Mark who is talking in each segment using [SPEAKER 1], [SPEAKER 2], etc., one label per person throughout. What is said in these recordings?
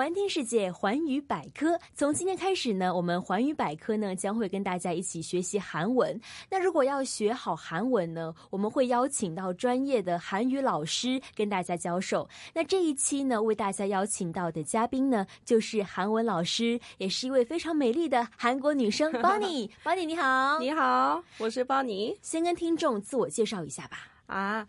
[SPEAKER 1] 环听世界环语百科，从今天开始呢，我们环语百科呢将会跟大家一起学习韩文。那如果要学好韩文呢，我们会邀请到专业的韩语老师跟大家教授。那这一期呢，为大家邀请到的嘉宾呢，就是韩文老师，也是一位非常美丽的韩国女 生 Bonnie。Bonnie 你好，
[SPEAKER 2] 你好，我是包尼
[SPEAKER 1] 先跟听众自我介绍一下吧。
[SPEAKER 2] 啊，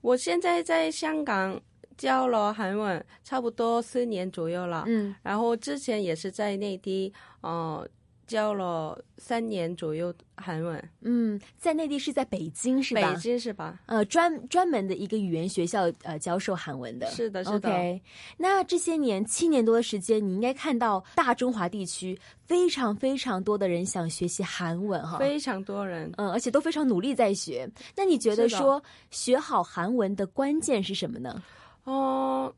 [SPEAKER 2] 我现在在香港教了韩文，差不多四年左右了。
[SPEAKER 1] 嗯，
[SPEAKER 2] 然后之前也是在内地，呃，教了三年左右韩文，
[SPEAKER 1] 嗯，在内地是在北京是
[SPEAKER 2] 北
[SPEAKER 1] 吧？
[SPEAKER 2] 京是吧？
[SPEAKER 1] 呃，专专门的一个语言学校呃教授韩文的。
[SPEAKER 2] 是的，是的。
[SPEAKER 1] OK，那这些年七年多的时间，你应该看到大中华地区非常非常多的人想学习韩文哈。
[SPEAKER 2] 非常多人，
[SPEAKER 1] 嗯，而且都非常努力在学。那你觉得
[SPEAKER 2] 是的
[SPEAKER 1] 说学好韩文的关键是什么呢？
[SPEAKER 2] 哦，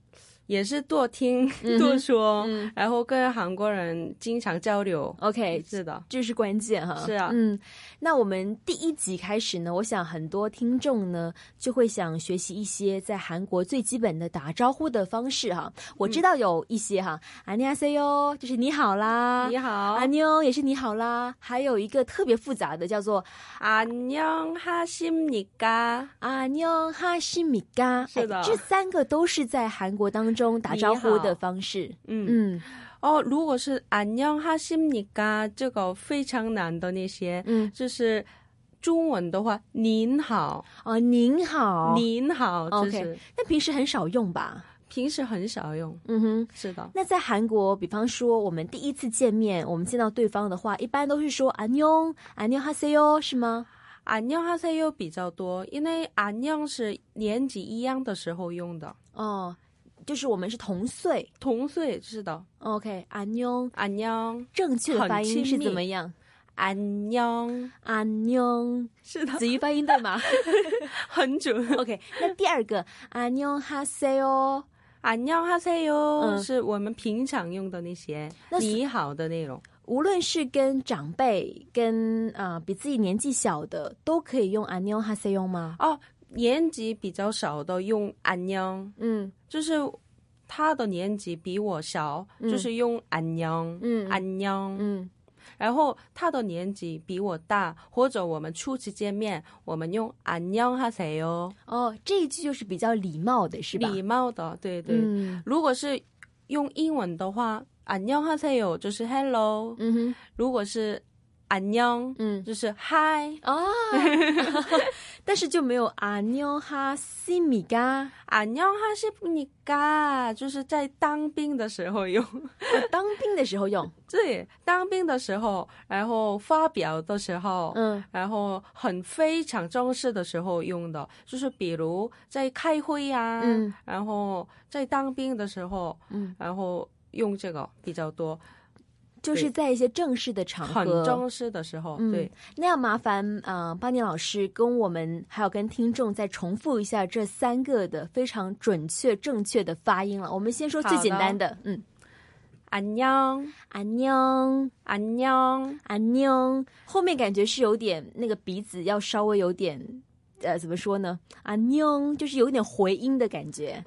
[SPEAKER 2] 也是多听
[SPEAKER 1] 嗯哼
[SPEAKER 2] 多说，
[SPEAKER 1] 嗯
[SPEAKER 2] 然后跟韩国人经常交流。
[SPEAKER 1] ，OK，
[SPEAKER 2] 是的，
[SPEAKER 1] 这是关键哈。
[SPEAKER 2] 是啊
[SPEAKER 1] 嗯，那我们第一集开始呢，我想很多听众呢就会想学习一些在韩国最基本的打招呼的方式哈。
[SPEAKER 2] 嗯
[SPEAKER 1] 我知道有一些哈，안녕하세요，就是你好啦。
[SPEAKER 2] 你好，
[SPEAKER 1] 阿妞也是你好啦，还有一个特别复杂的叫做
[SPEAKER 2] 안녕하십니까？
[SPEAKER 1] 阿妞哈西米嘎，
[SPEAKER 2] 是的
[SPEAKER 1] 哎这三个都是在韩国当中打招呼
[SPEAKER 2] 你
[SPEAKER 1] 的
[SPEAKER 2] 好
[SPEAKER 1] 方式。
[SPEAKER 2] 嗯。
[SPEAKER 1] 嗯
[SPEAKER 2] 哦，如果是안녕하십니까这个非常难的那些，
[SPEAKER 1] 嗯，
[SPEAKER 2] 就是中文的话，您好，
[SPEAKER 1] 哦，您好，
[SPEAKER 2] 您好，就
[SPEAKER 1] OK
[SPEAKER 2] 是
[SPEAKER 1] 那平时很少用吧？
[SPEAKER 2] 平时很少用，
[SPEAKER 1] 嗯哼。
[SPEAKER 2] 是的，
[SPEAKER 1] 那在韩国，比方说我们第一次见面，我们见到对方的话，一般都是说안녕안녕하세요，是吗？
[SPEAKER 2] 안녕하세요比较多，因为안녕是年纪一样的时候用的，
[SPEAKER 1] 哦，就是我们是同岁。
[SPEAKER 2] 同岁是的，
[SPEAKER 1] OK，안녕
[SPEAKER 2] 안녕，
[SPEAKER 1] 正确的发音
[SPEAKER 2] 很
[SPEAKER 1] 是
[SPEAKER 2] 亲密
[SPEAKER 1] 怎么样？
[SPEAKER 2] 안녕，
[SPEAKER 1] 안녕
[SPEAKER 2] 是的，
[SPEAKER 1] 子瑜发音对吗？
[SPEAKER 2] 很准。
[SPEAKER 1] OK，那第二个안녕하세요，
[SPEAKER 2] 안녕하세요、
[SPEAKER 1] 嗯
[SPEAKER 2] 是我们平常用的那些
[SPEAKER 1] 那是
[SPEAKER 2] 你好的内容，
[SPEAKER 1] 无论是跟长辈、跟啊、呃比自己年纪小的，都可以用안녕하세요吗？
[SPEAKER 2] 哦，年纪比较少的用안녕。
[SPEAKER 1] 嗯
[SPEAKER 2] 就是他的年纪比我小，
[SPEAKER 1] 嗯
[SPEAKER 2] 就是用안녕，
[SPEAKER 1] 嗯
[SPEAKER 2] 안녕。
[SPEAKER 1] 嗯
[SPEAKER 2] 然后他的年纪比我大，或者我们初次见面，我们用안녕하세요，
[SPEAKER 1] 哦，这一句就是比较礼貌的，是吧？
[SPEAKER 2] 礼貌的，对对。
[SPEAKER 1] 嗯
[SPEAKER 2] 如果是用英文的话，안녕하세요哦就是 hello，、
[SPEAKER 1] 嗯哼
[SPEAKER 2] 如果是안녕
[SPEAKER 1] 嗯
[SPEAKER 2] 就是 hi，
[SPEAKER 1] 啊， 但是就没有안녕하세미가。
[SPEAKER 2] 안녕하십니까，就是在当兵的时候用。
[SPEAKER 1] 我当兵的时候用，
[SPEAKER 2] 对，当兵的时候，然后发表的时候，
[SPEAKER 1] 嗯
[SPEAKER 2] 然后很非常正式的时候用的，就是比如在开会呀、
[SPEAKER 1] 嗯
[SPEAKER 2] 然后在当兵的时候，
[SPEAKER 1] 嗯，
[SPEAKER 2] 然后用这个比较多，
[SPEAKER 1] 就是在一些正式的场
[SPEAKER 2] 很
[SPEAKER 1] 合，
[SPEAKER 2] 正式的时候，
[SPEAKER 1] 嗯
[SPEAKER 2] 对，
[SPEAKER 1] 那要麻烦呃，巴尼老师跟我们还有跟听众再重复一下这三个的非常准确正确的发音了。我们先说最简单的，嗯，
[SPEAKER 2] 안녕，
[SPEAKER 1] 안녕
[SPEAKER 2] 안녕，
[SPEAKER 1] 안녕，后面感觉是有点那个鼻子要稍微有点。呃，怎么说呢？안녕就是有点回音的感觉。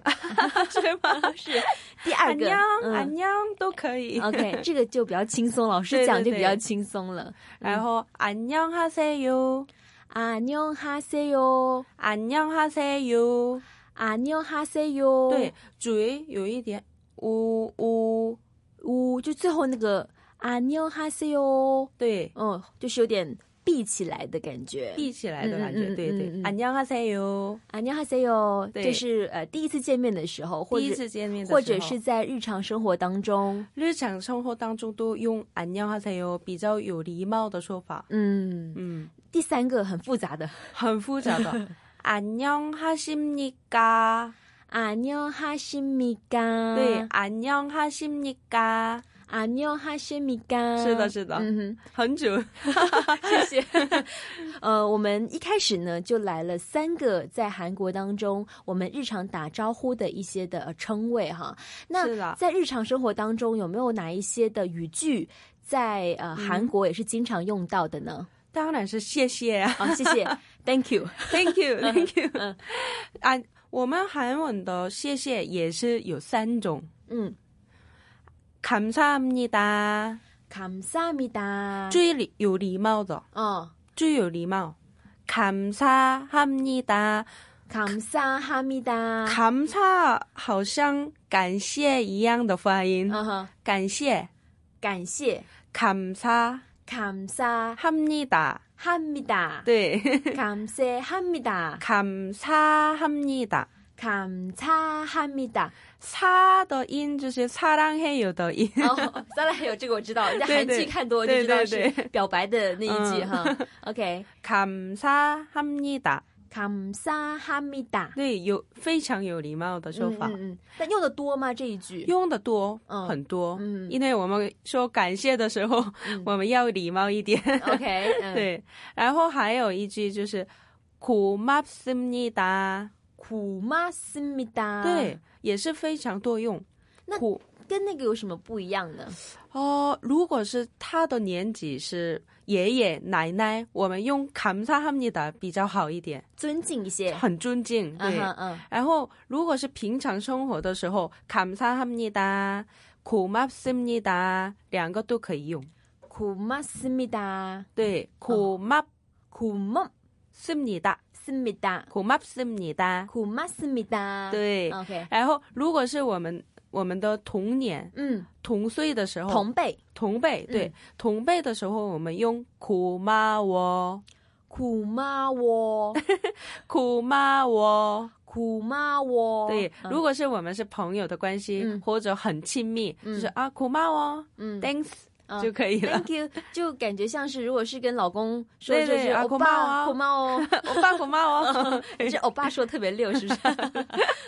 [SPEAKER 2] 是吗？ 是，
[SPEAKER 1] 第二
[SPEAKER 2] 안녕
[SPEAKER 1] 个，，
[SPEAKER 2] 안녕都可以。
[SPEAKER 1] 嗯，OK，这 个就比较轻松，老师
[SPEAKER 2] 对对
[SPEAKER 1] 讲就比较
[SPEAKER 2] 对
[SPEAKER 1] 轻松了。
[SPEAKER 2] 然后안녕하세요，
[SPEAKER 1] 안녕하세요，
[SPEAKER 2] 안녕하세요，
[SPEAKER 1] 안녕하세요，
[SPEAKER 2] 对，嘴有一点呜呜，
[SPEAKER 1] 呜，就最后那个啊안녕하세요，
[SPEAKER 2] 对。
[SPEAKER 1] 嗯，就是有点闭起来的感觉。啊
[SPEAKER 2] 闭起来的感觉，
[SPEAKER 1] 嗯嗯嗯
[SPEAKER 2] 对对
[SPEAKER 1] 嗯嗯。
[SPEAKER 2] 안녕하세요，
[SPEAKER 1] 안녕하세요，
[SPEAKER 2] 对
[SPEAKER 1] 就是呃第一次见面的时候，或
[SPEAKER 2] 第一
[SPEAKER 1] 者
[SPEAKER 2] 次见面的时候
[SPEAKER 1] 或者是在日常生活当中，
[SPEAKER 2] 日常生活当中都用안녕하세요比较有礼貌的说法，
[SPEAKER 1] 嗯，
[SPEAKER 2] 嗯，
[SPEAKER 1] 第三个很复杂的
[SPEAKER 2] 很复杂的。 안녕하십니까？
[SPEAKER 1] 안녕하십니까，
[SPEAKER 2] 对，안녕하십니까？
[SPEAKER 1] 안녕하십니까，
[SPEAKER 2] 是的是的
[SPEAKER 1] 嗯
[SPEAKER 2] 很准，
[SPEAKER 1] 哼，谢谢。 呃，我们一开始呢就来了三个在韩国当中我们日常打招呼的一些的呃称谓哈。
[SPEAKER 2] 是
[SPEAKER 1] 那
[SPEAKER 2] 的
[SPEAKER 1] 在日常生活当中有没有哪一些的语句在呃韩国也是经常用到的呢？
[SPEAKER 2] 当然是谢谢 啊
[SPEAKER 1] 啊，谢谢，Thank you。
[SPEAKER 2] ，Thank you，Thank you
[SPEAKER 1] 嗯。
[SPEAKER 2] 啊，我们韩文的谢谢也是有三种，
[SPEAKER 1] 嗯
[SPEAKER 2] 감사합니다.
[SPEAKER 1] 감사합니다
[SPEAKER 2] 最礼有礼貌的，
[SPEAKER 1] 哦，
[SPEAKER 2] 最有礼貌。감사합니다。
[SPEAKER 1] 감사합니다
[SPEAKER 2] 감사好像感谢一样的发音，
[SPEAKER 1] 嗯哼，
[SPEAKER 2] 感谢。
[SPEAKER 1] 感谢，
[SPEAKER 2] 감사
[SPEAKER 1] 감사
[SPEAKER 2] 합니다。
[SPEAKER 1] 합니다，
[SPEAKER 2] 对，
[SPEAKER 1] 감사합니다，
[SPEAKER 2] 감사합니다。
[SPEAKER 1] 감사합니다。
[SPEAKER 2] 사的音就是사랑해요的音。
[SPEAKER 1] 哦，当然还有这个我知道，在韩剧看多就
[SPEAKER 2] 对
[SPEAKER 1] 知道
[SPEAKER 2] 对
[SPEAKER 1] 是
[SPEAKER 2] 对，
[SPEAKER 1] 表白的那一句
[SPEAKER 2] 嗯
[SPEAKER 1] 哈。OK，
[SPEAKER 2] 감사합니다。
[SPEAKER 1] 감사합니다。
[SPEAKER 2] 对，有非常有礼貌的说
[SPEAKER 1] 嗯
[SPEAKER 2] 法，
[SPEAKER 1] 嗯嗯，但用的多吗这一句？
[SPEAKER 2] 用的多、
[SPEAKER 1] 嗯
[SPEAKER 2] 很多。
[SPEAKER 1] 嗯
[SPEAKER 2] 因为我们说感谢的时候，
[SPEAKER 1] 嗯
[SPEAKER 2] 我们要礼貌一点。
[SPEAKER 1] OK，嗯，，
[SPEAKER 2] 对，然后还有一句就是“고맙습니다
[SPEAKER 1] 苦마습니다。”，
[SPEAKER 2] 对，，也是非常多用。
[SPEAKER 1] 那
[SPEAKER 2] 苦
[SPEAKER 1] 跟那个有什么不一样呢？
[SPEAKER 2] 哦，如果是他的年纪是爷爷奶奶，我们用“감사합니다”比较好一点，
[SPEAKER 1] 尊敬一些。
[SPEAKER 2] 很尊敬。对。
[SPEAKER 1] 嗯哼嗯，
[SPEAKER 2] 然后，如果是平常生活的时候，감사합니다、고맙습니다两个都可以用。
[SPEAKER 1] 苦마습니다，
[SPEAKER 2] 对，고맙
[SPEAKER 1] 苦마
[SPEAKER 2] 습니다、
[SPEAKER 1] 습니다，
[SPEAKER 2] 고맙습니다。
[SPEAKER 1] 苦마습니다。
[SPEAKER 2] 对。
[SPEAKER 1] ，OK，
[SPEAKER 2] 然后，如果是我们我们的童年
[SPEAKER 1] 嗯，
[SPEAKER 2] 同岁的时候，
[SPEAKER 1] 同辈
[SPEAKER 2] 同辈对、
[SPEAKER 1] 嗯
[SPEAKER 2] 同辈的时候，我们用고마워、
[SPEAKER 1] 苦마워，
[SPEAKER 2] 고마워。
[SPEAKER 1] 苦마워。
[SPEAKER 2] 对，
[SPEAKER 1] 哦嗯
[SPEAKER 2] 如果是我们是朋友的关系、
[SPEAKER 1] 嗯
[SPEAKER 2] 或者很亲密，
[SPEAKER 1] 嗯
[SPEAKER 2] 就是啊고마워、
[SPEAKER 1] 嗯
[SPEAKER 2] thanks、
[SPEAKER 1] 嗯
[SPEAKER 2] 就可以了。
[SPEAKER 1] Thank you，就感觉像是如果是跟老公说
[SPEAKER 2] 对
[SPEAKER 1] 就
[SPEAKER 2] 对
[SPEAKER 1] 是
[SPEAKER 2] 啊
[SPEAKER 1] 欧巴
[SPEAKER 2] 고마워
[SPEAKER 1] 苦妈 哦，
[SPEAKER 2] 我爸我妈 哦，
[SPEAKER 1] 这欧巴说的特别溜， 是不是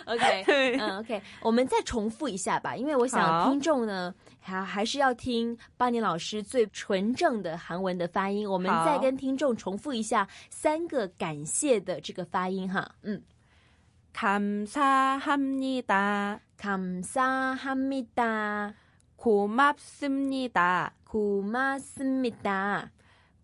[SPEAKER 1] ？OK，
[SPEAKER 2] 对
[SPEAKER 1] 嗯，OK，我们再重复一下吧，因为我想
[SPEAKER 2] 好
[SPEAKER 1] 听众呢还还是要听巴年老师最纯正的韩文的发音，我们
[SPEAKER 2] 好
[SPEAKER 1] 再跟听众重复一下三个感谢的这个发音哈，嗯，
[SPEAKER 2] 감사합니다.
[SPEAKER 1] 감사합니다，
[SPEAKER 2] 고맙습니다.
[SPEAKER 1] 고맙습니다。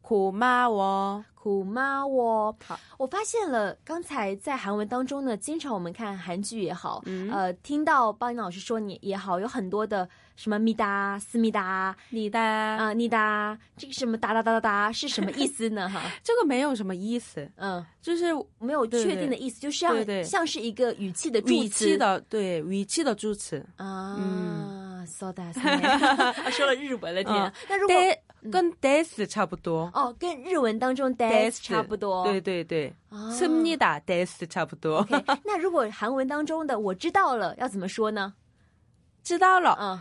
[SPEAKER 2] 고마워.
[SPEAKER 1] 苦妈我
[SPEAKER 2] 好，
[SPEAKER 1] 我发现了，刚才在韩文当中呢，经常我们看韩剧也好，
[SPEAKER 2] 嗯
[SPEAKER 1] 呃，听到邦尼老师说你也好，有很多的什么咪哒、思密达
[SPEAKER 2] 니다
[SPEAKER 1] 啊、妮哒，这个什么哒哒哒哒哒是什么意思呢？ 哈，
[SPEAKER 2] 这个没有什么意思，就是
[SPEAKER 1] 嗯，没有
[SPEAKER 2] 对对
[SPEAKER 1] 确定的意思，就像
[SPEAKER 2] 对对
[SPEAKER 1] 像是一个语气的助词
[SPEAKER 2] 语气的对语气的助词。
[SPEAKER 1] 啊
[SPEAKER 2] 嗯
[SPEAKER 1] ，so that 说了日文了 天，那如果嗯
[SPEAKER 2] 데- 跟 des 差不多。
[SPEAKER 1] 哦跟日文当中
[SPEAKER 2] des
[SPEAKER 1] des 差不多，
[SPEAKER 2] 对对对，
[SPEAKER 1] 啊
[SPEAKER 2] 습니다 des 差不多。
[SPEAKER 1] OK，那 如果韩文当中的我知道了要怎么说呢？
[SPEAKER 2] 知道了，
[SPEAKER 1] 嗯，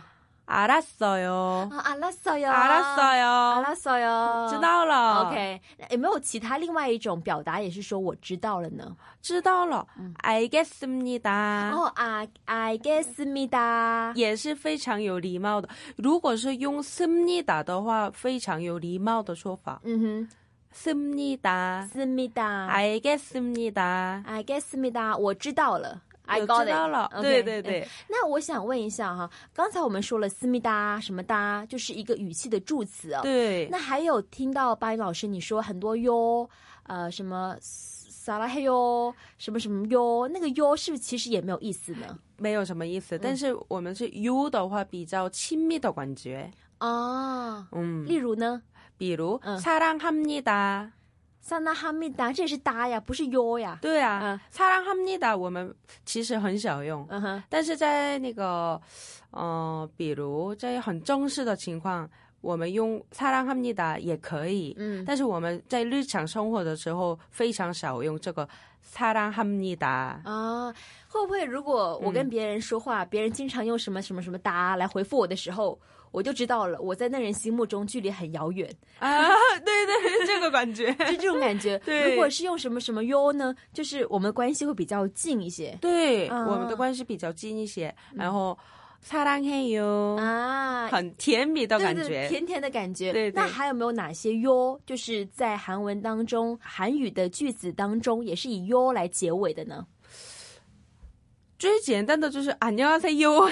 [SPEAKER 2] 알았어요.
[SPEAKER 1] 啊，阿拉索哟，，阿
[SPEAKER 2] 알았어요.
[SPEAKER 1] 拉索哟，
[SPEAKER 2] 知道了。
[SPEAKER 1] OK，那有没有其他另外一种表达也是说我知道了呢？
[SPEAKER 2] 知道了，알겠습니다.
[SPEAKER 1] 嗯哦啊，I guess me da。
[SPEAKER 2] 也是非常有礼貌的。如果是用思密达的话，非常有礼貌的说法。
[SPEAKER 1] 嗯
[SPEAKER 2] 思密达
[SPEAKER 1] 哼，思密达
[SPEAKER 2] 알겠습니다。
[SPEAKER 1] ，I guess me da，我知道了，I
[SPEAKER 2] 有
[SPEAKER 1] got
[SPEAKER 2] 知
[SPEAKER 1] it
[SPEAKER 2] 道了
[SPEAKER 1] OK，
[SPEAKER 2] 对对
[SPEAKER 1] 嗯
[SPEAKER 2] 对，
[SPEAKER 1] 那我想问一下哈，刚才我们说了思密达什么哒，就是一个语气的助词哦。
[SPEAKER 2] 对
[SPEAKER 1] 那还有听到巴音老师你说很多哟，呃，什么撒拉嘿哟，什么什么哟，那个哟是不是其实也没有意思呢？
[SPEAKER 2] 没有什么意思。
[SPEAKER 1] 嗯
[SPEAKER 2] 但是我们是 you 的话，比较亲密的感觉。
[SPEAKER 1] 啊，
[SPEAKER 2] 嗯，
[SPEAKER 1] 例如呢，
[SPEAKER 2] 比如
[SPEAKER 1] 嗯
[SPEAKER 2] 사랑합니다。
[SPEAKER 1] 萨那哈密达，这也是哒呀，不是哟呀。
[SPEAKER 2] 对
[SPEAKER 1] 嗯
[SPEAKER 2] 啊，사랑합니다我们其实很少用。
[SPEAKER 1] 嗯哼，
[SPEAKER 2] 但是在那个，呃，比如在很正式的情况，我们用사랑합니다也可以。
[SPEAKER 1] 嗯，
[SPEAKER 2] 但是我们在日常生活的时候非常少用这个사랑합니다。
[SPEAKER 1] 啊，会不会如果我跟别人说话，嗯别人经常用什么什么什么哒来回复我的时候，我就知道了，我在那人心目中距离很遥远，
[SPEAKER 2] 啊，对对， 这个感觉。
[SPEAKER 1] 就这种感 觉。
[SPEAKER 2] 对
[SPEAKER 1] 如果是用什么什么哟呢，就是我们关系会比较近一些。
[SPEAKER 2] 对，
[SPEAKER 1] 啊
[SPEAKER 2] 我们的关系比较近一些，
[SPEAKER 1] 嗯
[SPEAKER 2] 然后사랑해요，
[SPEAKER 1] 啊，
[SPEAKER 2] 很甜蜜的
[SPEAKER 1] 对
[SPEAKER 2] 感
[SPEAKER 1] 对，
[SPEAKER 2] 觉。
[SPEAKER 1] 甜甜的感觉。
[SPEAKER 2] 对对
[SPEAKER 1] 那还有没有哪些哟？就是在韩文当中，韩语的句子当中也是以哟来结尾的 呢？
[SPEAKER 2] 最简单的就是안녕하세요，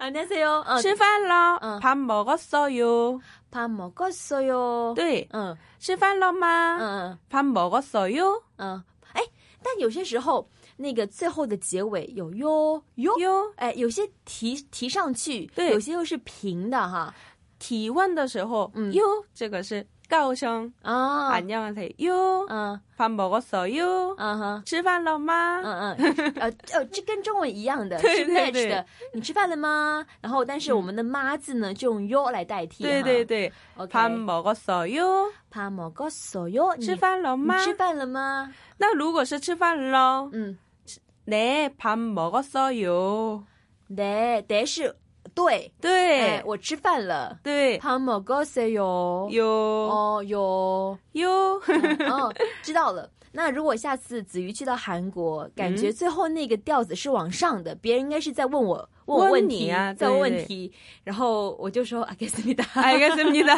[SPEAKER 1] 안녕하세요，嗯，
[SPEAKER 2] 吃饭了
[SPEAKER 1] 嗯，
[SPEAKER 2] 밥먹었 아, 네. 어요。
[SPEAKER 1] 밥먹었어요。，
[SPEAKER 2] 对，
[SPEAKER 1] 嗯
[SPEAKER 2] 吃饭了吗？
[SPEAKER 1] 嗯
[SPEAKER 2] 밥먹었어요。
[SPEAKER 1] 嗯，哎，但有些时候那个最后的结尾有哟哟，
[SPEAKER 2] 哟，
[SPEAKER 1] 哎，有些提提上去，
[SPEAKER 2] 对
[SPEAKER 1] 有些又是平的哈
[SPEAKER 2] 提问的时候，
[SPEAKER 1] 嗯
[SPEAKER 2] 哟，这个是高声，
[SPEAKER 1] 啊，
[SPEAKER 2] 안녕하세요，
[SPEAKER 1] 嗯
[SPEAKER 2] 밥먹었어요， 어.
[SPEAKER 1] 嗯哼。
[SPEAKER 2] 吃饭了吗？
[SPEAKER 1] 嗯嗯， 呃呃，这跟中文一样的，
[SPEAKER 2] 对
[SPEAKER 1] 是
[SPEAKER 2] 对
[SPEAKER 1] match 的。你吃饭了吗？然后，但是我们的“妈”字呢，就用 “yo” 来代替。
[SPEAKER 2] 对对对，
[SPEAKER 1] o k
[SPEAKER 2] 네, 밥먹었어요，
[SPEAKER 1] 帕莫哥索 yo，
[SPEAKER 2] 吃饭了吗？
[SPEAKER 1] 吃饭了吗？
[SPEAKER 2] 那如果是吃饭了，
[SPEAKER 1] 嗯，
[SPEAKER 2] 네밥먹었어요，
[SPEAKER 1] 得得是对，哎
[SPEAKER 2] 对，
[SPEAKER 1] 我吃饭了。
[SPEAKER 2] 对，
[SPEAKER 1] 帕莫哥索
[SPEAKER 2] 어.
[SPEAKER 1] yo，
[SPEAKER 2] 有
[SPEAKER 1] 哦哟，
[SPEAKER 2] 有，
[SPEAKER 1] 哦，知道了。那如果下次子瑜去到韩国，感
[SPEAKER 2] 嗯
[SPEAKER 1] 觉最后那个调子是往上的，别人应该是在问我。问我问
[SPEAKER 2] 问
[SPEAKER 1] 题
[SPEAKER 2] 你啊
[SPEAKER 1] 在问
[SPEAKER 2] 对对
[SPEAKER 1] 问题，然后我就说啊，给思密达，
[SPEAKER 2] 알겠습니다。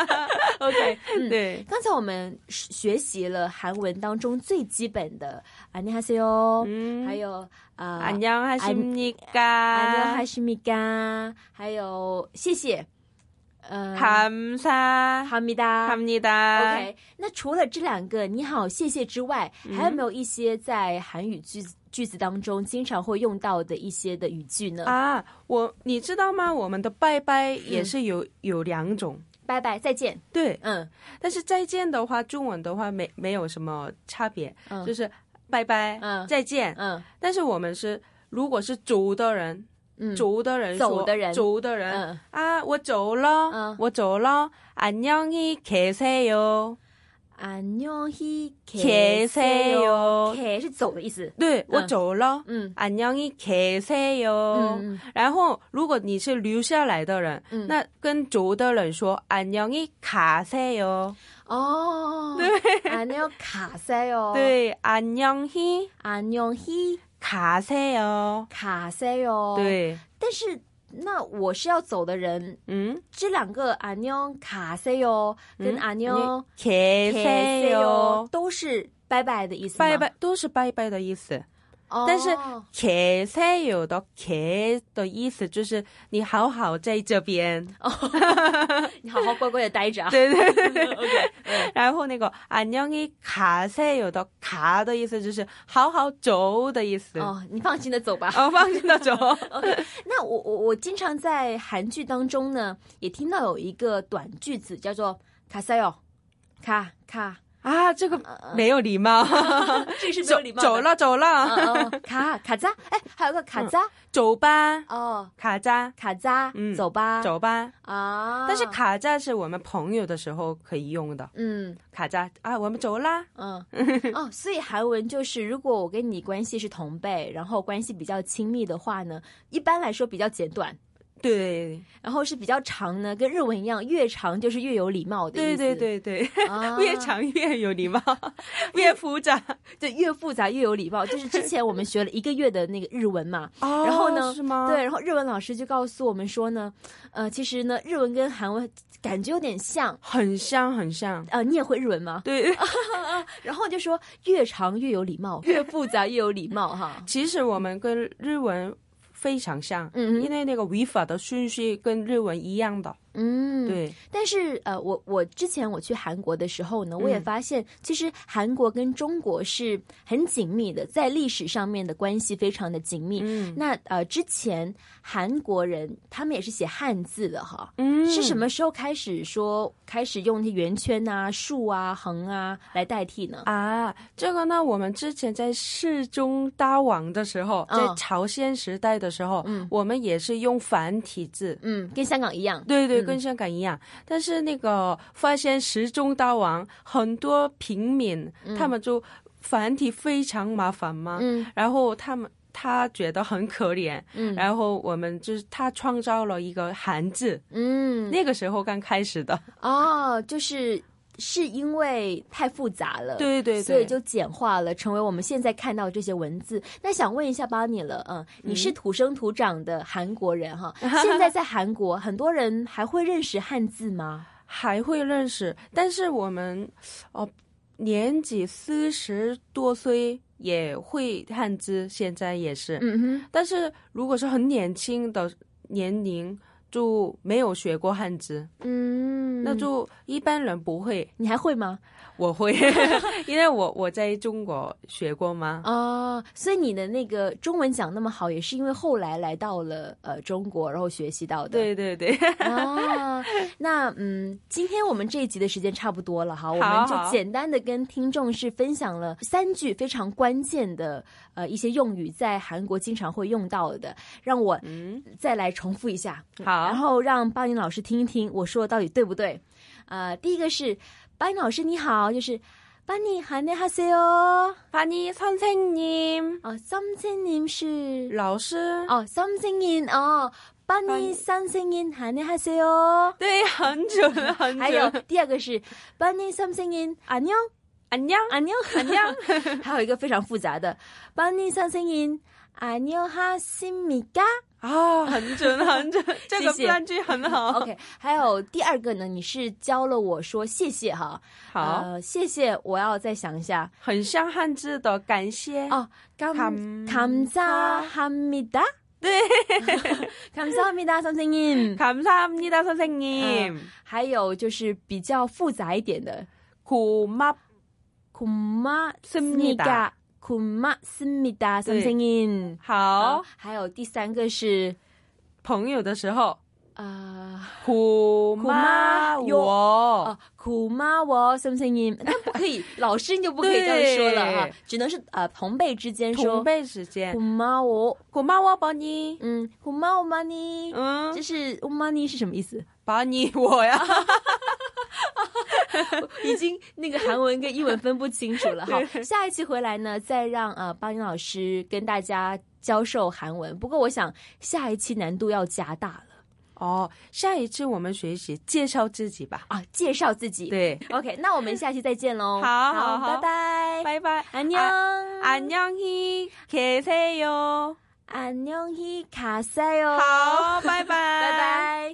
[SPEAKER 1] OK，嗯，
[SPEAKER 2] 对，
[SPEAKER 1] 刚才我们学习了韩文当中最基本的안녕하세요，
[SPEAKER 2] 嗯
[SPEAKER 1] 还有啊，
[SPEAKER 2] 안녕하십니까
[SPEAKER 1] 안녕하십니까，还有谢谢，呃，
[SPEAKER 2] 감사
[SPEAKER 1] 哈密达，
[SPEAKER 2] 합니다
[SPEAKER 1] OK，那除了这两个你好谢谢之外，还有没有一些在韩语句子句子当中经常会用到的一些的语句呢？
[SPEAKER 2] 啊，我你知道吗？我们的拜拜也是有、有两种，
[SPEAKER 1] 拜拜，再见，
[SPEAKER 2] 对。
[SPEAKER 1] 嗯
[SPEAKER 2] 但是再见的话，中文的话没没有什么差别，
[SPEAKER 1] 嗯
[SPEAKER 2] 就是拜拜、
[SPEAKER 1] 嗯
[SPEAKER 2] 再见。
[SPEAKER 1] 嗯
[SPEAKER 2] 但是我们是如果是走的人，
[SPEAKER 1] 嗯，
[SPEAKER 2] 走的人说
[SPEAKER 1] 走的人
[SPEAKER 2] 走的人、
[SPEAKER 1] 嗯
[SPEAKER 2] 啊，我走了，
[SPEAKER 1] 嗯
[SPEAKER 2] 我走了，안녕히계세요，
[SPEAKER 1] 안녕히
[SPEAKER 2] 계
[SPEAKER 1] 계
[SPEAKER 2] 세
[SPEAKER 1] 세
[SPEAKER 2] 요
[SPEAKER 1] 요，계是走的意思，
[SPEAKER 2] 对、我走了，
[SPEAKER 1] 哦嗯
[SPEAKER 2] 안녕히계세요。
[SPEAKER 1] 嗯
[SPEAKER 2] 然后，如果你是留下来的人，
[SPEAKER 1] 嗯
[SPEAKER 2] 那跟走的人说“안녕히가세요
[SPEAKER 1] 哦， 对，안녕가세”，요，，
[SPEAKER 2] 对，“안녕히
[SPEAKER 1] 안녕히
[SPEAKER 2] 가세요
[SPEAKER 1] 가세”，요，，
[SPEAKER 2] 对，
[SPEAKER 1] 哦但是那我是要走的人，
[SPEAKER 2] 嗯，
[SPEAKER 1] 这两个안녕가세요跟안녕계
[SPEAKER 2] 계세
[SPEAKER 1] 세
[SPEAKER 2] 요
[SPEAKER 1] 요都哦是拜拜的意思吗，
[SPEAKER 2] 哦拜拜都是拜拜的意思，
[SPEAKER 1] 哦，
[SPEAKER 2] 但是계 세요的“계”的意思就是你好好在这边，
[SPEAKER 1] 你好好乖乖的待 着啊，
[SPEAKER 2] 对对对。
[SPEAKER 1] ，OK，嗯
[SPEAKER 2] 然后那个“안녕히가세요的“가”的意思就是好好走的意思，
[SPEAKER 1] 哦，你放心的走吧。
[SPEAKER 2] 哦，放心 的走。
[SPEAKER 1] OK，那我我我经常在韩剧当中呢，也听到有一个短句子叫做“卡塞哦”，卡 卡，
[SPEAKER 2] 啊，这个没有礼貌，
[SPEAKER 1] 这嗯 是没
[SPEAKER 2] 走
[SPEAKER 1] 有礼貌的
[SPEAKER 2] 走。了走了，
[SPEAKER 1] 嗯嗯，卡卡扎，哎，还有个卡扎，
[SPEAKER 2] 走吧，
[SPEAKER 1] 哦，
[SPEAKER 2] 卡扎，
[SPEAKER 1] 卡扎，
[SPEAKER 2] 嗯
[SPEAKER 1] 走吧，
[SPEAKER 2] 走吧。
[SPEAKER 1] 啊。
[SPEAKER 2] 但是，卡扎是我们朋友的时候可以用的，
[SPEAKER 1] 嗯
[SPEAKER 2] 卡扎啊，我们走啦。
[SPEAKER 1] 嗯，哦，所以韩文就是，如果我跟你关系是同辈，然后关系比较亲密的话呢，一般来说比较简短，
[SPEAKER 2] 对
[SPEAKER 1] 然后是比较长呢，跟日文一样，越长就是越有礼貌的意
[SPEAKER 2] 对
[SPEAKER 1] 思。
[SPEAKER 2] 对对对，
[SPEAKER 1] 啊
[SPEAKER 2] 越长越有礼貌，越复杂。
[SPEAKER 1] 对，越复杂越有礼貌。就是之前我们学了一个月的那个日文嘛，
[SPEAKER 2] 然
[SPEAKER 1] 后呢
[SPEAKER 2] 哦是吗？
[SPEAKER 1] 对，然后日文老师就告诉我们说呢，呃，其实呢，日文跟韩文感觉有点像。
[SPEAKER 2] 很像很像。
[SPEAKER 1] 呃，你也会日文吗？
[SPEAKER 2] 对，
[SPEAKER 1] 然后就说越长越有礼 貌，越复杂越有礼貌哈。
[SPEAKER 2] 其实我们跟日文非常像，
[SPEAKER 1] 嗯
[SPEAKER 2] 因为那个语法的顺序跟日文一样的。
[SPEAKER 1] 嗯，。
[SPEAKER 2] 对，
[SPEAKER 1] 但是呃，我我之前我去韩国的时候呢，
[SPEAKER 2] 嗯
[SPEAKER 1] 我也发现其实韩国跟中国是很紧密的，在历史上面的关系非常的紧密。
[SPEAKER 2] 嗯
[SPEAKER 1] 那呃，之前韩国人他们也是写汉字的哈。
[SPEAKER 2] 嗯
[SPEAKER 1] 是什么时候开始说开始用那圆圈啊、竖啊、横啊来代替呢？
[SPEAKER 2] 啊，这个呢，我们之前在世宗大王的时候，
[SPEAKER 1] 嗯
[SPEAKER 2] 在朝鲜时代的时候，
[SPEAKER 1] 嗯
[SPEAKER 2] 我们也是用繁体字。
[SPEAKER 1] 嗯，跟香港一样。
[SPEAKER 2] 对对，
[SPEAKER 1] 嗯
[SPEAKER 2] 跟香港一样，但是那个发现时钟大王很多平民，他们就繁体非常麻烦嘛，
[SPEAKER 1] 嗯
[SPEAKER 2] 然后他们他觉得很可怜，
[SPEAKER 1] 嗯
[SPEAKER 2] 然后我们就是他创造了一个韩字，
[SPEAKER 1] 嗯，
[SPEAKER 2] 那个时候刚开始的，
[SPEAKER 1] 哦，就是是因为太复杂了，
[SPEAKER 2] 对对对
[SPEAKER 1] 所以就简化了，成为我们现在看到这些文字。那想问一下巴尼了，嗯，你是土生土长的韩国人 哈，现在在韩国，很多人还会认识汉字吗？
[SPEAKER 2] 还会认识，但是我们哦，年纪四十多岁也会汉字，现在也是。
[SPEAKER 1] 嗯哼，
[SPEAKER 2] 但是如果是很年轻的年龄，就没有学过汉字。
[SPEAKER 1] 嗯
[SPEAKER 2] 那就一般人不会，
[SPEAKER 1] 你还会吗？
[SPEAKER 2] 我会， 因为我我在中国学过嘛。
[SPEAKER 1] 哦，所以你的那个中文讲那么好，也是因为后来来到了呃中国，然后学习到的。
[SPEAKER 2] 对对对，
[SPEAKER 1] 啊，那嗯，今天我们这一集的时间差不多了哈，我
[SPEAKER 2] 好
[SPEAKER 1] 们就
[SPEAKER 2] 好
[SPEAKER 1] 简单的跟听众是分享了三句非常关键的呃一些用语，在韩国经常会用到的，让我
[SPEAKER 2] 嗯，
[SPEAKER 1] 再来重复一下，然
[SPEAKER 2] 好，
[SPEAKER 1] 后让巴林老师听一听我说的到底对不对。呃，第一个是巴林老师你好，就是巴尼韩内哈塞哦，
[SPEAKER 2] 巴尼선생님，
[SPEAKER 1] 哦，三千您是
[SPEAKER 2] 老师，
[SPEAKER 1] 哦，三千您哦，巴
[SPEAKER 2] 巴
[SPEAKER 1] 尼
[SPEAKER 2] 尼
[SPEAKER 1] 三千您韩内哈塞哦。
[SPEAKER 2] 对，很准很
[SPEAKER 1] 还有
[SPEAKER 2] 准。
[SPEAKER 1] 第二个是 Bunny something in 안녕
[SPEAKER 2] 안녕，
[SPEAKER 1] 안녕안녕，还有 一个非常复杂的 Bunny something in 안녕하십니까
[SPEAKER 2] 啊，很准很 准，这个
[SPEAKER 1] 谢谢
[SPEAKER 2] 断句很 好。
[SPEAKER 1] ？OK，还有第二个呢，你是教了我说谢谢哈，
[SPEAKER 2] 好，
[SPEAKER 1] 呃，谢谢，我要再想一下
[SPEAKER 2] 很像汉字的感谢。
[SPEAKER 1] 哦，感
[SPEAKER 2] 감
[SPEAKER 1] 감사합니다，
[SPEAKER 2] 对，
[SPEAKER 1] 감사합니다 something in，
[SPEAKER 2] 감사합니다선생님，
[SPEAKER 1] 还有就是比较复杂一点的
[SPEAKER 2] 고맙
[SPEAKER 1] 고맙습니
[SPEAKER 2] 습니다
[SPEAKER 1] 다고맙습니다
[SPEAKER 2] 对
[SPEAKER 1] something in。
[SPEAKER 2] 好
[SPEAKER 1] 好，啊还有第三个是
[SPEAKER 2] 朋友的时候，
[SPEAKER 1] 啊，
[SPEAKER 2] 고마
[SPEAKER 1] 고마요
[SPEAKER 2] 워。
[SPEAKER 1] 哦，苦哦妈我什么声音？那不可以，老师你就不可以这样说了哈
[SPEAKER 2] 对，
[SPEAKER 1] 只能是呃同辈之间
[SPEAKER 2] 同
[SPEAKER 1] 说
[SPEAKER 2] 辈时间
[SPEAKER 1] 苦，妈我，
[SPEAKER 2] 고마워宝妮，
[SPEAKER 1] 嗯，苦妈我 money，
[SPEAKER 2] 嗯
[SPEAKER 1] 就，是 money 是什么意思？
[SPEAKER 2] 宝妮我 呀，
[SPEAKER 1] 已经那个韩文跟英文分不清楚了 哈。
[SPEAKER 2] 对
[SPEAKER 1] 下一期回来呢，再让呃巴音老师跟大家教授韩文。不过我想下一期难度要加大了
[SPEAKER 2] 哦，下一次我们学习介绍自己吧。
[SPEAKER 1] 啊，介绍自己。
[SPEAKER 2] 对，
[SPEAKER 1] ，OK，那我们下期再见喽。
[SPEAKER 2] 好好好
[SPEAKER 1] 拜拜，
[SPEAKER 2] 拜拜，
[SPEAKER 1] 안녕.
[SPEAKER 2] 안녕히계세요。
[SPEAKER 1] 안녕히 가세요.
[SPEAKER 2] 好，拜拜，
[SPEAKER 1] 拜拜。